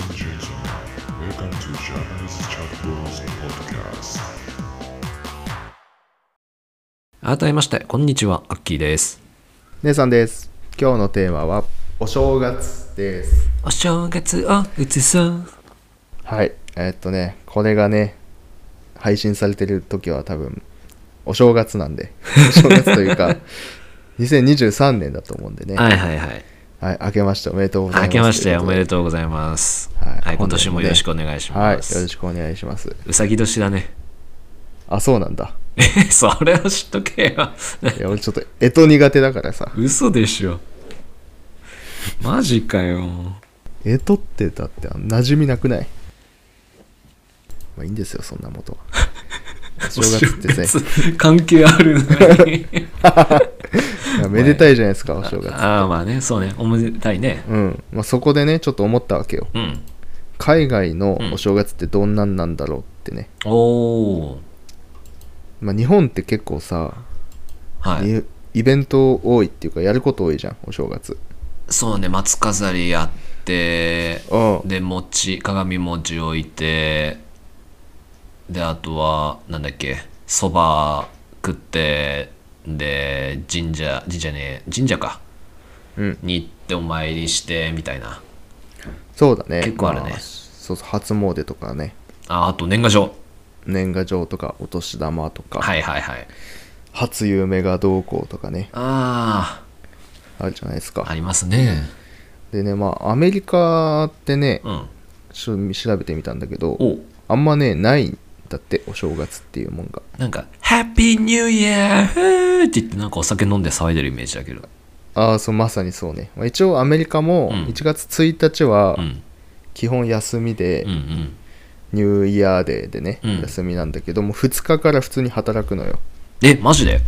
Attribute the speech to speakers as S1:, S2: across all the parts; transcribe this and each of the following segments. S1: and gentlemen, welcome to Japanese Chat Bros Podcast.
S2: 改めましてこんにちはアッキーです
S3: ネイさんです。今日のテーマはお正月です。
S2: お正月を移そう
S3: はい。えーっとね、これがね、配信されてる時は多分お正月なんで、 お正月という か、2023年だと思うんでね。
S2: はいはいはい
S3: はい、明けましておめでとうございます。
S2: 明けましておめで
S3: と
S2: とうございます
S3: はい
S2: はい、今年もよろしくお願いし
S3: うはい、
S2: ま
S3: よ
S2: す、
S3: ろしくお願いします。
S2: うさぎ年だね
S3: あ、そうなんだ。
S2: それを知っとけよ
S3: いや俺ちょっと干支苦手だからさ
S2: 嘘でしょマジかよ
S3: 干支ってだって馴染みなくないまあいいんですよそんな ことはお正月って
S2: お
S3: ね
S2: 正月関係あるのに
S3: いやめでたいじゃないですかお正月
S2: ああまあねそうねおめでたいね
S3: うん、まあ、そこでねちょっと思ったわけよ
S2: うん
S3: 海外の
S2: うん
S3: お正月ってどんなんなんだろうってね、
S2: おお
S3: まあ、日本って結構さ、
S2: はい
S3: にイベント多いっていうかやること多いじゃんお正月
S2: そうね松飾りやって
S3: うん
S2: で餅鏡餅置いてであとはなんだっけそば食ってで神社神社ねえ神社か
S3: うん
S2: に行ってお参りしてみたいな
S3: そうだね
S2: 結構あるね
S3: まそうそう初詣とかね
S2: ああと年賀状
S3: 年賀状とかお年玉とか、
S2: はいはいはい
S3: 初夢がどうこうとかね
S2: あ
S3: あるじゃないです
S2: あ
S3: か
S2: ありますね
S3: でねまあアメリカってね
S2: うん
S3: ちょ調べてみたんだけど
S2: お
S3: あんまねないんだってお正月っていうもんが
S2: なんか「ハッピーニューイヤー!ふー」って言ってなんかお酒飲んで騒いでるイメージだけど
S3: ああそうまさにそうね、まあ、一応アメリカも
S2: うん
S3: 1月1日は
S2: うん
S3: 基本休みで
S2: うんうん
S3: ニューイヤーデーでね
S2: うん
S3: 休みなんだけども2日から普通に働くのよ
S2: えマジで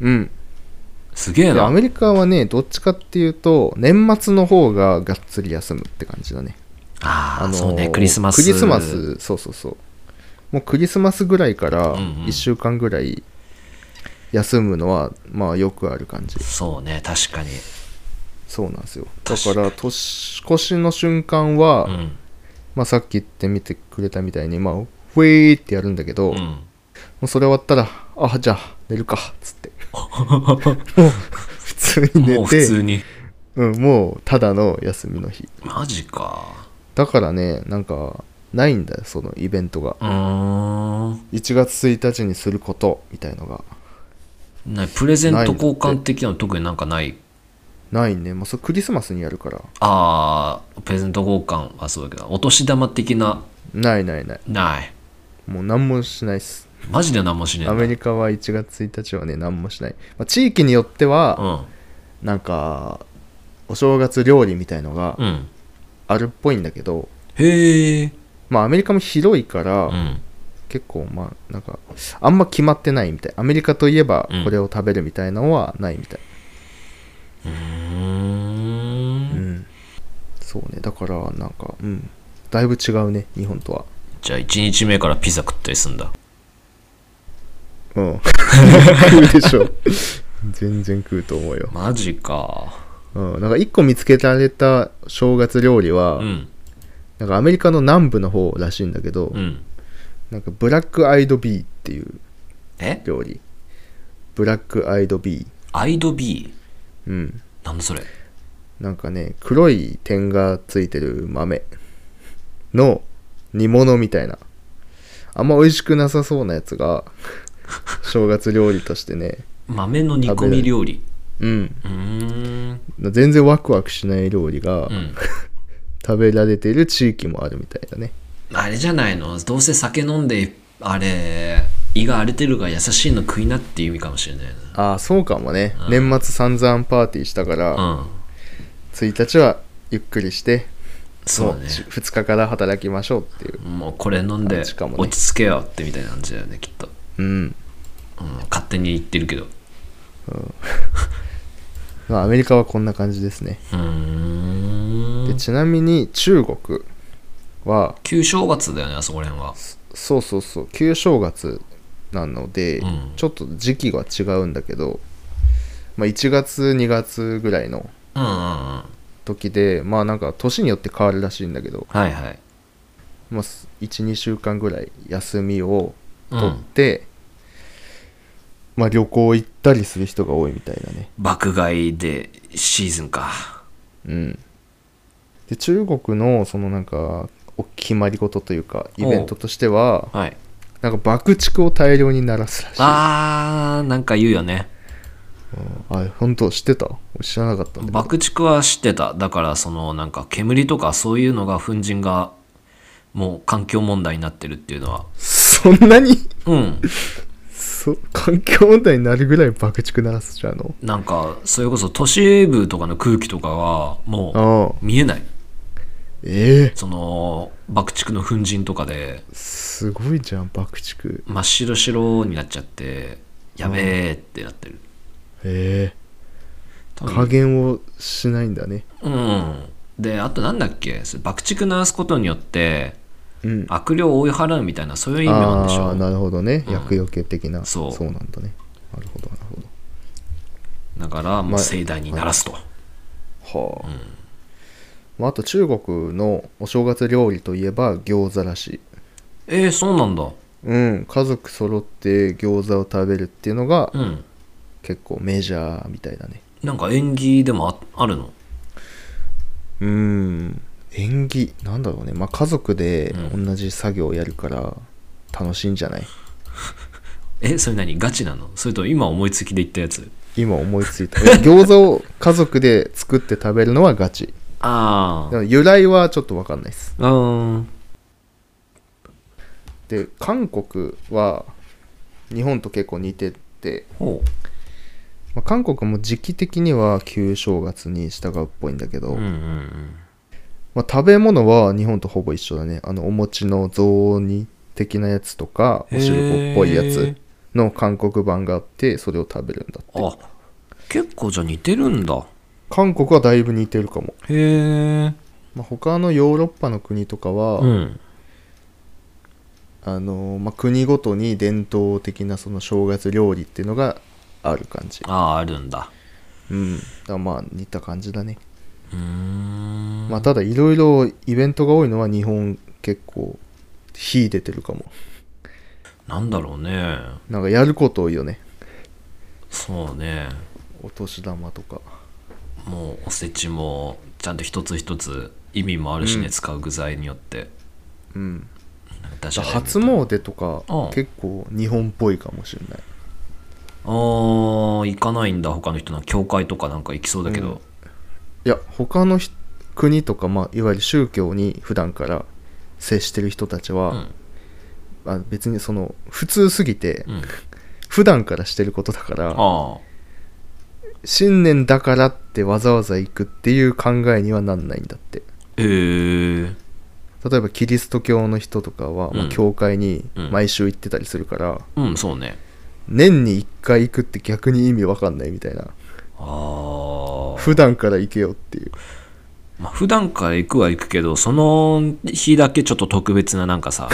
S3: うん
S2: すげえ
S3: でア
S2: な
S3: メリカはねどっちかっていうと年末の方ががっつり休むって感じだね
S2: ああ
S3: ー
S2: そうねクリスマス
S3: クリスマスそうそうそうもうクリスマスぐらいから
S2: うんうん
S3: 1週間ぐらい休むのはまあよくある感じ
S2: そうね確かに
S3: そうなんですよだ
S2: 確
S3: か
S2: から
S3: 年越しの瞬間は、
S2: うん
S3: まあ、さっき言ってみてくれたみたいにまあふえーってやるんだけど、
S2: う
S3: も
S2: ん
S3: うそれ終わったらあじゃあ寝るかっつって もう普通に寝て
S2: もう普通に
S3: うん、もうただの休みの日
S2: マジか
S3: だからねなんかないんだよそのイベントが
S2: うーん
S3: 1月1日にすることみたいのが
S2: なプレゼント交換的なの特になんかない
S3: ないねもうそれクリスマスにやるから
S2: ああプレゼント交換はそうだけどお年玉的な
S3: ないないない
S2: ない
S3: もう何もしないっす
S2: マジで何もしねえ
S3: ア
S2: んだ
S3: メリカは1月1日はね何もしない、まあ、地域によっては
S2: うん
S3: なんかお正月料理みたいのが
S2: うん
S3: あるっぽいんだけど、
S2: へえ
S3: まあアメリカも広いから、
S2: うん
S3: 結構まあなんかあんま決まってないみたいアメリカといえば
S2: うん
S3: これを食べるみたいのはないみたい、
S2: うん
S3: うんそうねだからなんかうんだいぶ違うね日本とは
S2: じゃあ1日目からピザ食ったりすんだ
S3: うん 食うでしょ 全然食うと思うよ、
S2: マジか
S3: うん、なんか1個見つけられた正月料理は、
S2: うん
S3: なんかアメリカの南部の方らしいんだけど、
S2: うん
S3: なんかブラックアイドビーっていう
S2: え
S3: 料理ブラックアイドビー
S2: アイドビ
S3: うん
S2: ーなんだそれ
S3: なんかね黒い点がついてる豆の煮物みたいなあんま美味しくなさそうなやつが 正月料理としてね
S2: 豆の煮込み料理
S3: うん
S2: うーん
S3: 全然ワクワクしない料理が
S2: うん
S3: 食べられている地域もあるみたいだね
S2: あれじゃないのどうせ酒飲んであれ胃が荒れてるから優しいの食いなっていう意味かもしれない
S3: ああそうかもね年末散々パーティーしたから
S2: な
S3: 1日はゆっくりして
S2: そう
S3: の
S2: だね
S3: 2日から働きましょうっていう。
S2: もうこれ飲んで
S3: 感じかもね
S2: 落ち着けよってみたいな感じだよねきっと、
S3: うん。
S2: うん、勝手に言ってるけど
S3: まあ、アメリカはこんな感じですね。
S2: うー
S3: で
S2: ん
S3: ちなみに中国は、
S2: 旧正月だよねあそこら辺は
S3: そうそうそう、旧正月なので、
S2: うん
S3: ちょっと時期が違うんだけど、まあ、1月、2月ぐらいの
S2: うんうんうん
S3: 時で、まあなんか年によって変わるらしいんだけど、
S2: はいはい
S3: まあ、12週間ぐらい休みを
S2: う
S3: 取っ
S2: ん
S3: て、まあ、旅行行ったりする人が多いみたいだね
S2: 爆買いでシーズンか
S3: うんで中国のそのなんかお決まり事というかイベントとしては
S2: はい
S3: なんか爆竹を大量に鳴らすらしい
S2: あーなんか言うよね
S3: うんあ本当知ってた俺知らなかったんだけ
S2: 爆竹は知ってただからそのなんか煙とかそういうのが粉塵がもう環境問題になってるっていうのは
S3: どそんなに
S2: うん
S3: そ環境問題になるぐらい爆竹鳴らすじゃんの
S2: なんかそれこそ都市部とかの空気とかはも
S3: ああ
S2: う見えない
S3: ええ
S2: その爆竹の粉塵とかです
S3: ごいじゃん爆竹
S2: 真っ白白になっちゃってやべえってなってる
S3: ええ
S2: 多分
S3: 加減をしないんだね
S2: うんであとなんだっけそれ爆竹鳴らすことによって
S3: うん
S2: 悪霊を追い払うみたいなそういう意味なんでし
S3: あ
S2: ょ
S3: あな
S2: な
S3: るほどね、
S2: うん
S3: 厄除け的な
S2: そう
S3: なんだねなるほどなる
S2: だからも
S3: ま
S2: う
S3: あ
S2: 盛大に鳴らすと、
S3: ほどはあ、まあ、あと中国のお正月料理といえば餃子らしい
S2: えー、そうなんだ
S3: うん家族揃って餃子を食べるっていうのが
S2: うん
S3: 結構メジャーみたいだね
S2: なんか縁起でもああるの
S3: うん縁起なんだろうねまあ家族で
S2: う
S3: 同じ作業をやるから楽しいんじゃない、
S2: えそれ何ガチなのそれと今思いつきで言ったやつ
S3: 今思いついたえ餃子を家族で作って食べるのはガチ
S2: あ
S3: だから由来はちょっと分かんないです
S2: あうん
S3: で韓国は日本と結構似てて、
S2: ほ
S3: まあ、韓国も時期的には旧正月に従うっぽいんだけど、
S2: ううんうんうん
S3: まあ、食べ物は日本とほぼ一緒だねあのお餅の雑煮的なやつとかお汁粉っぽいや
S2: へ
S3: つの韓国版があってそれを食べるんだって
S2: あ結構じゃあ似てるんだ
S3: 韓国はだいぶ似てるかも、
S2: へえ
S3: まあ、他のヨーロッパの国とかは、
S2: うん
S3: あのーまあ、国ごとに伝統的なその正月料理っていうのがある感じ
S2: あああるんだ
S3: うんだからまあ似た感じだね
S2: うーん
S3: まあただいろいろイベントが多いのは日本結構火出てるかも
S2: なんだろうね
S3: なんかやること多いよね
S2: そうね
S3: お年玉とか
S2: もうおせちもちゃんと一つ一つ意味もあるしね、
S3: うん
S2: 使う具材によって
S3: うん
S2: 出し
S3: だ
S2: 合
S3: か
S2: い
S3: ら
S2: みたい
S3: 初詣とか
S2: うん
S3: 結構日本っぽいかもしれない
S2: あー行かないんだ他の人の教会とかなんか行きそうだけど、
S3: いや他のひ国とか、まあ、いわゆる宗教に普段から接してる人たち
S2: う
S3: は、
S2: ん
S3: あ別にその普通すぎて、
S2: うん、
S3: 普段からしてることだから
S2: あ
S3: 新年だからってわざわざ行くっていう考えにはなんないんだって
S2: ーへえ
S3: 例えばキリスト教の人とかは、ま
S2: う
S3: あ、
S2: ん
S3: 教会に
S2: うん
S3: 毎週行ってたりするから、
S2: うんそうね
S3: 年に1回行くって逆に意味わかんないみたいな
S2: ああ
S3: 普段から行けよっていう
S2: まあ、普段から行くは行くけどその日だけちょっと特別ななんか さ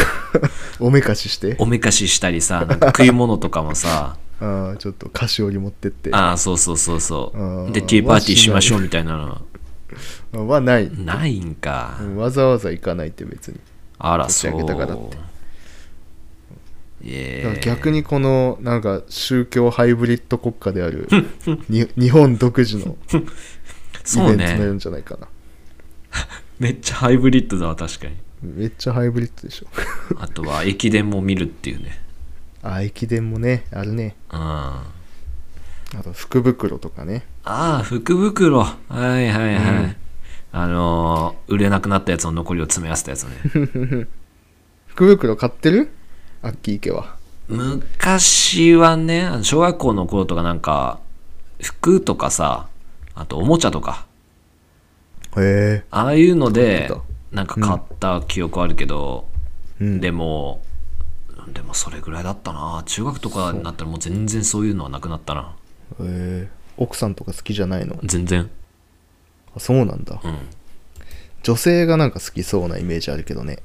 S3: おめかしして
S2: おめかししたりさなんか食い物とかも さ
S3: あーちょっと菓子折り持ってって
S2: ああそうそうそうそ
S3: あ
S2: う
S3: ー
S2: でティーパーティーしましょうみたいなの
S3: はない
S2: ないんか、
S3: うんわざわざ行かないって別に
S2: あら
S3: 立ち
S2: そう
S3: 上げたからってだから
S2: え
S3: 逆にこのなんか宗教ハイブリッド国家であるに日本独自のイ
S2: そう
S3: ベントにな
S2: ね
S3: るんじゃないかな、
S2: めっちゃハイブリッドだわ確かに
S3: めっちゃハイブリッドでしょ
S2: あとは駅伝も見るっていうね
S3: あー駅伝もねあるね
S2: うんあ
S3: あと福袋とかね
S2: あ福袋はいはいはい、
S3: うん
S2: あのー売れなくなったやつの残りを詰め合わせたやつね
S3: 福袋買ってるアッキー家は
S2: 昔はねあの小学校の頃とかなんか服とかさあとおもちゃとか
S3: へえ
S2: ああいうので
S3: 買って
S2: なんか買った記憶あるけど、
S3: うん
S2: でもでもそれぐらいだったな中学とかになったらもう全然そういうのはなくなったな
S3: えー奥さんとか好きじゃないの
S2: 全然
S3: あそうなんだ
S2: うん
S3: 女性がなんか好きそうなイメージあるけどね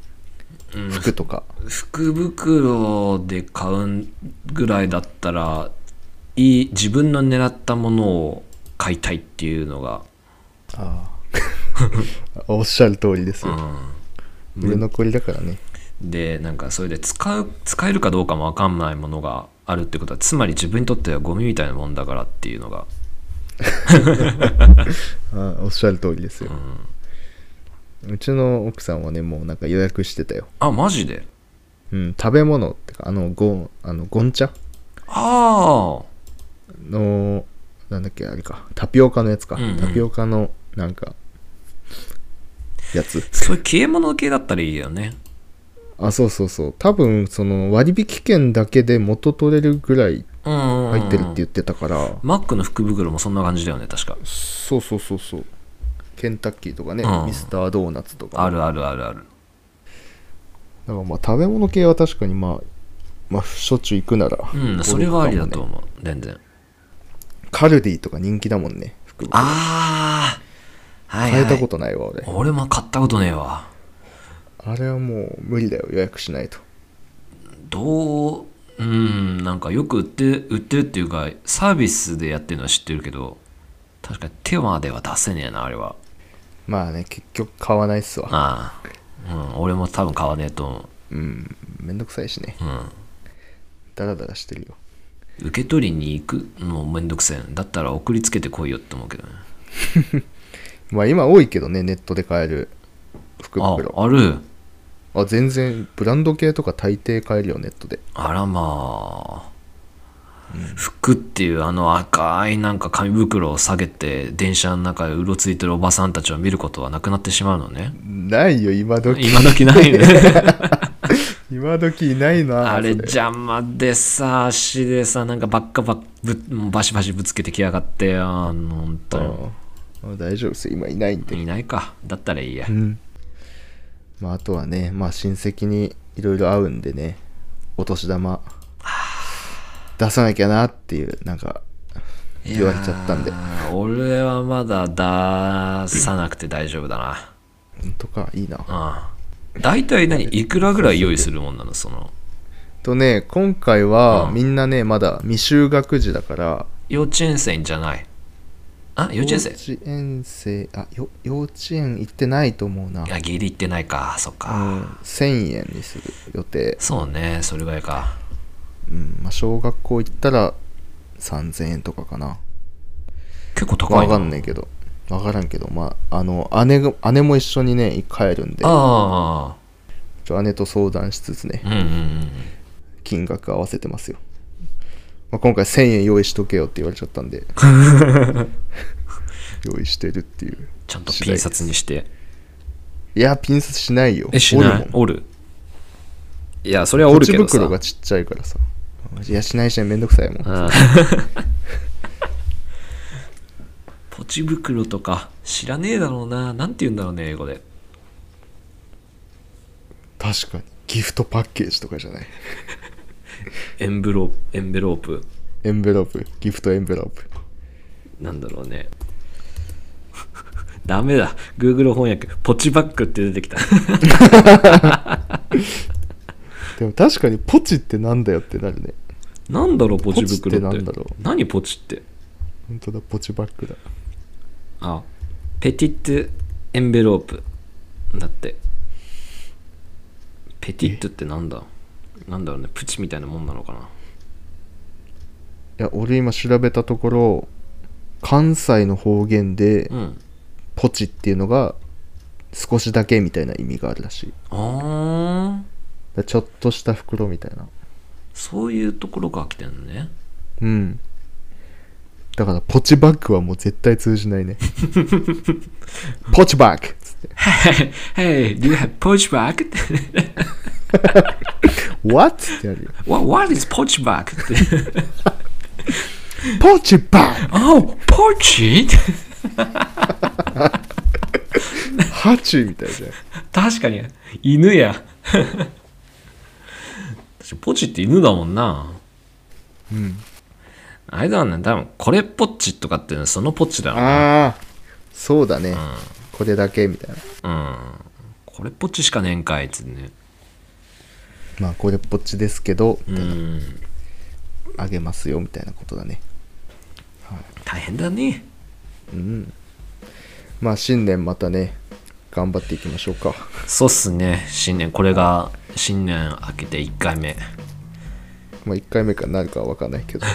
S2: うん
S3: 服とか
S2: 福袋で買うぐらいだったらいい自分の狙ったものを買いたいっていうのが、
S3: あ あおっしゃる通りです
S2: う
S3: よ
S2: ん
S3: 売れ残りだからね
S2: でなんかそれで使う使えるかどうかも分かんないものがあるってことはつまり自分にとってはゴミみたいなもんだからっていうのが、
S3: ああおっしゃる通りですよ
S2: うん、
S3: うちの奥さんはねもうなんか予約してたよ
S2: あマジで
S3: うん食べ物ってかあのゴンあのゴン茶
S2: ああ
S3: のなんだっけあれかタピオカのやつか、
S2: うんうん
S3: タピオカのなんかやつ
S2: そういう消え物系だったらいいよね
S3: あそうそうそう多分その割引券だけで元取れるぐらい
S2: うん
S3: 入ってるって
S2: い
S3: 言ってたから、
S2: マックの福袋もそんな感じだよね確か
S3: そうそうそうそうケンタッキーとかね、
S2: うん
S3: ミスタードーナツとか
S2: あるあるあるある
S3: だからまあ食べ物系は確かにまあまあしょっちゅう行くなら
S2: うんそれはありだと思う全然
S3: カルディとか人気だもんね服買
S2: ああはい、はい、
S3: えたことないわ俺
S2: 俺も買ったことねえわ
S3: あれはもう無理だよ予約しないと
S2: どううんなんかよく売って売ってるっていうかサービスでやってるのは知ってるけど確かに手までは出せねえなあれは
S3: まあね結局買わないっすわ
S2: ああ、うん、俺も多分買わねえと思
S3: うんめんどくさいしね
S2: ううん
S3: ダラダラしてるよ
S2: 受け取りに行くのもめんどくせえんだったら送りつけてこいよって思うけどね
S3: まあ今多いけどねネットで買える福
S2: あ
S3: 袋
S2: ある
S3: あ全然ブランド系とか大抵買えるよネットで
S2: あらまあ、服っていうあの赤いなんか紙袋を下げて電車の中でうろついてるおばさんたちを見ることはなくなってしまうのね
S3: ないよ今時
S2: 今時ないね
S3: 今時いないな
S2: あれ
S3: そ
S2: 邪魔でさ足でさなんかばっかばっぶバシバシぶつけてきやがってよあの本当に
S3: うん大丈夫です今いないんで
S2: いないかだったらいいや
S3: うんまああとはねまあ親戚にいろいろ会うんでねお年玉出さなきゃなっていうなんか言われちゃったんで
S2: いやー俺はまだ出さなくて大丈夫だな
S3: とかいいな
S2: うん大体何いくらぐらい用意するもんなのその
S3: とね今回は、
S2: うん
S3: みんなねまだ未就学児だから
S2: 幼稚園生じゃないあ幼稚園生い
S3: 幼稚園生あよ幼稚園行ってないと思うな
S2: やギリ行ってないかそっ
S3: うん
S2: か、
S3: 1000円にする予定、
S2: そうねそれぐらいか
S3: うんまあ、小学校行ったら3000円とかかな
S2: 結構高
S3: わ
S2: いな
S3: かんないけどわからんけどまああの姉が姉も一緒にね帰るんで
S2: あ
S3: ちょ姉と相談しつつね
S2: あうんうんうん
S3: 金額合わせてますよ、まあ、今回1000円用意しとけよって言われちゃったんで 用意してるっていう
S2: ちゃんとピン札にして
S3: いやピン札しないよ
S2: えしな
S3: 折
S2: い
S3: るもん
S2: 折るいやそれは折るけど
S3: ポチ
S2: さ
S3: 袋がちっちゃいからさいやしないしめんどくさいもん、
S2: うん ポチ袋とか知らねえだろうななんて言うんだろうね英語で
S3: 確かにギフトパッケージとかじゃない
S2: エンブロープエンベロープ
S3: エンベロープギフトエンベロープ
S2: なんだろうね ダメだ Google 翻訳ポチバックって出てきた
S3: でも確かにポチってなんだよってなるね
S2: なんだろうポチ袋って
S3: ポチってなんだろう
S2: 何ポチって
S3: 本当だポチバッグだ
S2: あペティットエンベロープだってペティットってなんだなんだろうねプチみたいなもんなのかない
S3: や俺今調べたところ関西の方言で
S2: うん
S3: ポチっていうのが少しだけみたいな意味があるらしいだか
S2: ああ
S3: らちょっとした袋みたいな
S2: そういうところから来てんの ね
S3: うんだからポチバッグはもう絶対通じない ねポチバッグっつって
S2: 「Hey, do you have poach back?」って「
S3: 「What?」ってやるよ
S2: What, what is poach back?」って
S3: ポチバッグ
S2: 「Oh, poach?」
S3: ハチみたいじゃん。
S2: 確かに犬や 私ポチって犬だもんな
S3: うん。
S2: あれだもんな多分これポッチとかっていうのはそのポッチだろうな
S3: ああ、そうだね。これだけみたいな。
S2: うんこれポッチしかねえんかいっつってね
S3: まあ、これっぽっちですけど、
S2: うん
S3: あげますよみたいなことだね。
S2: 大変だね
S3: うん。まあ、新年またね、頑張っていきましょうか。
S2: そうっすね新年これが新年明けて1回目
S3: まあ、1回目かなるかは分かんない けど。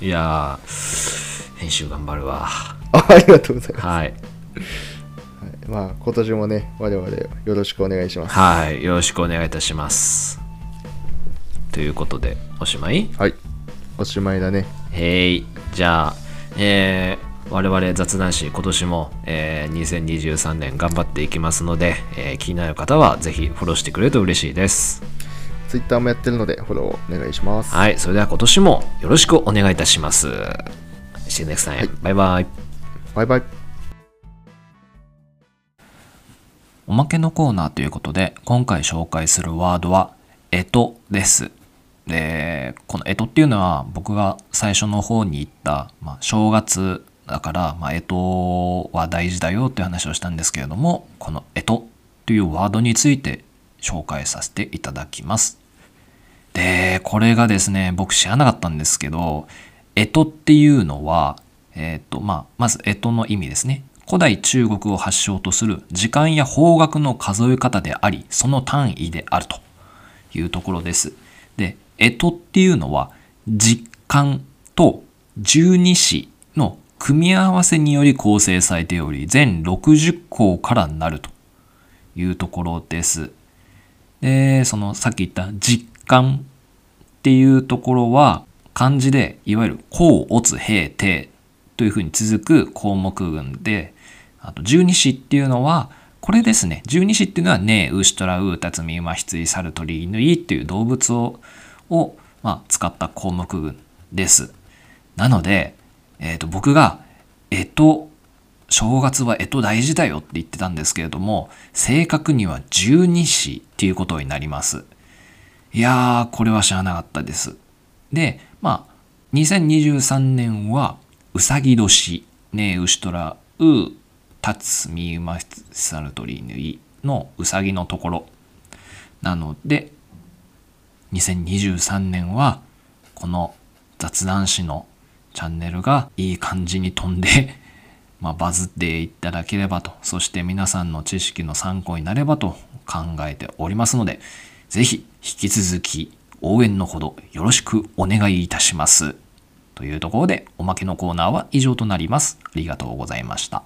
S2: いやー編集頑張るわ
S3: あありがとうございます。
S2: はい
S3: はいまあ、今年もね、我々よろしくお願いします。
S2: はいよろしくお願いいたしますということでおしまい
S3: はい。おしまいだね。
S2: へいじゃあ、えー我々雑談師今年も、えー2023年頑張っていきますので、えー気になる方はぜひフォローしてくれると嬉しいです
S3: ツイッターもやってるので、フォローお願いします。
S2: はいそれでは今年もよろしくお願いいたします See you next time、バイバイ
S3: バイバイ。
S2: おまけのコーナーということで、今回紹介するワードは、えとです。で、このえとっていうのは、僕が最初の方に言った、まあ、正月だから、まあ、えとは大事だよっていう話をしたんですけれども、このえとというワードについて紹介させていただきます。で、これがですね、僕知らなかったんですけど、干支っていうのは、えっ、と、まあ、まず干支の意味ですね。古代中国を発祥とする時間や方角の数え方であり、その単位であるというところです。で、干支っていうのは、実感と十二支の組み合わせにより構成されており、全60項からなるというところです。でそのさっき言った実感っていうところは漢字でいわゆる「甲乙丙丁」というふうに続く項目群であと十二支っていうのはこれですね十二支っていうのは「ねえうしとらうたつみ馬羊猿鳥犬い」っていう動物をを、まあ、使った項目群です。なので、えー、と僕が「えと」正月は干支大事だよって言ってたんですけれども、正確には十二支っていうことになります。いやー、これは知らなかったです。で、まあ、2023年は、うさぎ年、ねえ、牛とら、う、たつみうまさるとりぬいのうさぎのところ。なので、2023年はこの雑談師のチャンネルがいい感じに飛んで、まあ、バズっていただければとそして皆さんの知識の参考になればと考えておりますのでぜひ引き続き応援のほどよろしくお願いいたしますというところでおまけのコーナーは以上となりますありがとうございました